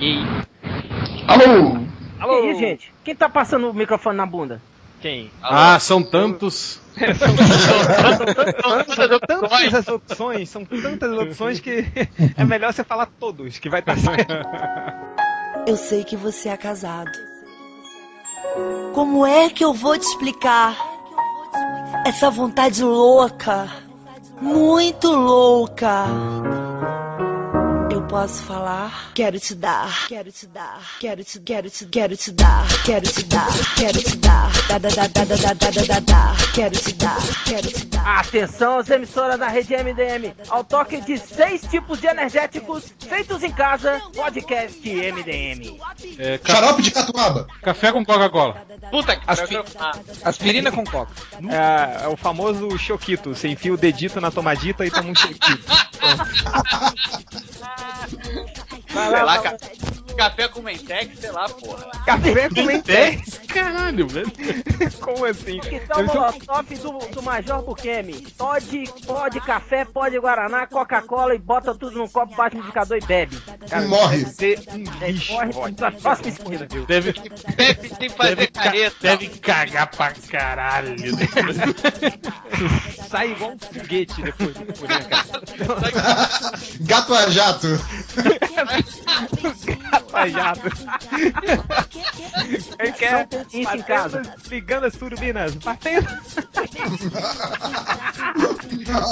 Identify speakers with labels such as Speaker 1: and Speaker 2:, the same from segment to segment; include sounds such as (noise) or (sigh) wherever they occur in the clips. Speaker 1: Yay.
Speaker 2: Alô!
Speaker 1: Alô!
Speaker 3: E aí, gente? Quem tá passando o microfone na bunda?
Speaker 1: Quem?
Speaker 4: Ah, são tantos.
Speaker 5: São tantas, tantas as opções, são tantas as opções que é melhor você falar todos, que vai estar certo.
Speaker 6: Eu sei que você é casado. Como é que eu vou te explicar essa vontade louca? Muito louca. Eu posso falar? Quero te dar, quero te dar, quero te, quero te, quero te dar, quero te dar, quero te dar, da da da da da da da da da, da. quero te dar, quero te
Speaker 3: (laughs)
Speaker 6: dar.
Speaker 3: Atenção às emissoras da rede MDM. Ao toque de seis tipos de energéticos feitos em casa, podcast MDM.
Speaker 4: É, ca-
Speaker 2: Xarope de catuaba.
Speaker 4: Café com Coca-Cola.
Speaker 1: Puta que
Speaker 5: Aspi-
Speaker 1: pariu. Ah,
Speaker 5: Aspirina com coca. (laughs) É, é o famoso choquito, você enfia o dedito na tomadita e toma um choquito.
Speaker 1: sei lá, ca- café com mentex, sei lá, porra.
Speaker 5: Café com mentei?
Speaker 4: Caralho, velho.
Speaker 5: Como assim?
Speaker 3: Que tal o molotov do, do Major Bukemi? Pode, pode café, pode Guaraná, Coca-Cola e bota tudo num copo, bate no indicador e bebe.
Speaker 2: E morre.
Speaker 5: Ser um lixo.
Speaker 3: Corre pra próxima esquina.
Speaker 4: Deve,
Speaker 1: Pepe sem fazer
Speaker 4: deve, ca-
Speaker 1: careta.
Speaker 4: deve cagar pra caralho. né?
Speaker 5: Sai igual um foguete depois do furinho, cara.
Speaker 2: Gato a jato.
Speaker 5: Pajado.
Speaker 6: (laughs)
Speaker 5: Ele quer
Speaker 3: Isso em
Speaker 5: batendo,
Speaker 3: casa.
Speaker 5: ligando as turbinas, batendo.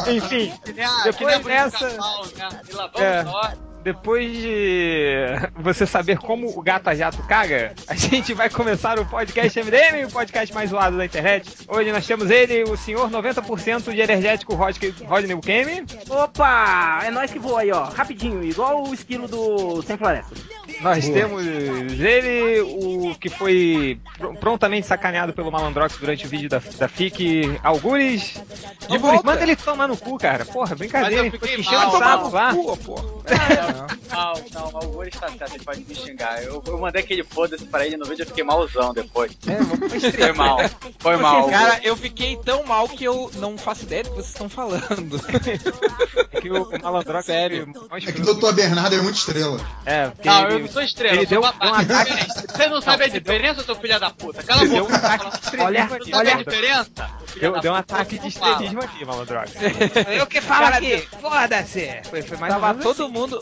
Speaker 5: Enfim,
Speaker 1: Ah, que nem a
Speaker 5: depois
Speaker 1: música
Speaker 5: dessa...
Speaker 1: Mal, né? E lá
Speaker 5: É.
Speaker 1: vamos nós.
Speaker 5: Depois de você saber como o gata jato caga, a gente vai começar o podcast MDM, o podcast mais zoado da internet. Hoje nós temos ele, o senhor 90% de energético Rodney Rodney Bukemi.
Speaker 3: Opa! É nós que voa aí, ó. Rapidinho, igual o esquilo do Sem Floresta.
Speaker 5: Nós temos ele, o que foi pr- prontamente sacaneado pelo Malandrox durante o vídeo da, da FIC Algures. De Guris, manda ele tomar no cu, cara. Porra,
Speaker 1: Mas
Speaker 5: brincadeira,
Speaker 1: eu
Speaker 5: ele ficou te
Speaker 1: fiquei
Speaker 5: enchendo o
Speaker 1: mal.
Speaker 5: saco lá.
Speaker 1: Não, não, o Uri está certo, ele pode me xingar. Eu, eu mandei aquele foda-se pra ele no vídeo, eu fiquei malzão depois.
Speaker 5: É,
Speaker 1: Foi mal, foi mal.
Speaker 7: Cara, eu fiquei tão mal que eu não faço ideia do que vocês estão falando.
Speaker 5: É que o Malandrox
Speaker 7: Sério.
Speaker 5: é mais
Speaker 2: É que o
Speaker 5: fruto.
Speaker 2: Dr. Bernardo é muito estrela.
Speaker 5: É, porque
Speaker 1: Não, eu
Speaker 5: ele-
Speaker 1: não sou estrela,
Speaker 5: ele
Speaker 1: eu sou
Speaker 5: deu-
Speaker 1: babaca.
Speaker 5: deu um ataque-
Speaker 1: diferente. Você não sabe a diferença, seu filho da puta? Cala a
Speaker 5: Deu um
Speaker 1: boca.
Speaker 5: ataque de
Speaker 3: Olha-
Speaker 5: estrelismo
Speaker 1: Você
Speaker 5: aqui,
Speaker 1: sabe a
Speaker 5: Malandrox.
Speaker 1: diferença? O filho
Speaker 5: Deu,
Speaker 1: da
Speaker 5: deu um
Speaker 1: puta
Speaker 5: ataque de
Speaker 1: não fala.
Speaker 5: estrelismo aqui, Malandrox.
Speaker 7: Eu que
Speaker 5: Cara,
Speaker 7: aqui.
Speaker 5: Foda-se! Foi, foi mais ou
Speaker 7: Tava
Speaker 5: menos
Speaker 7: todo mundo,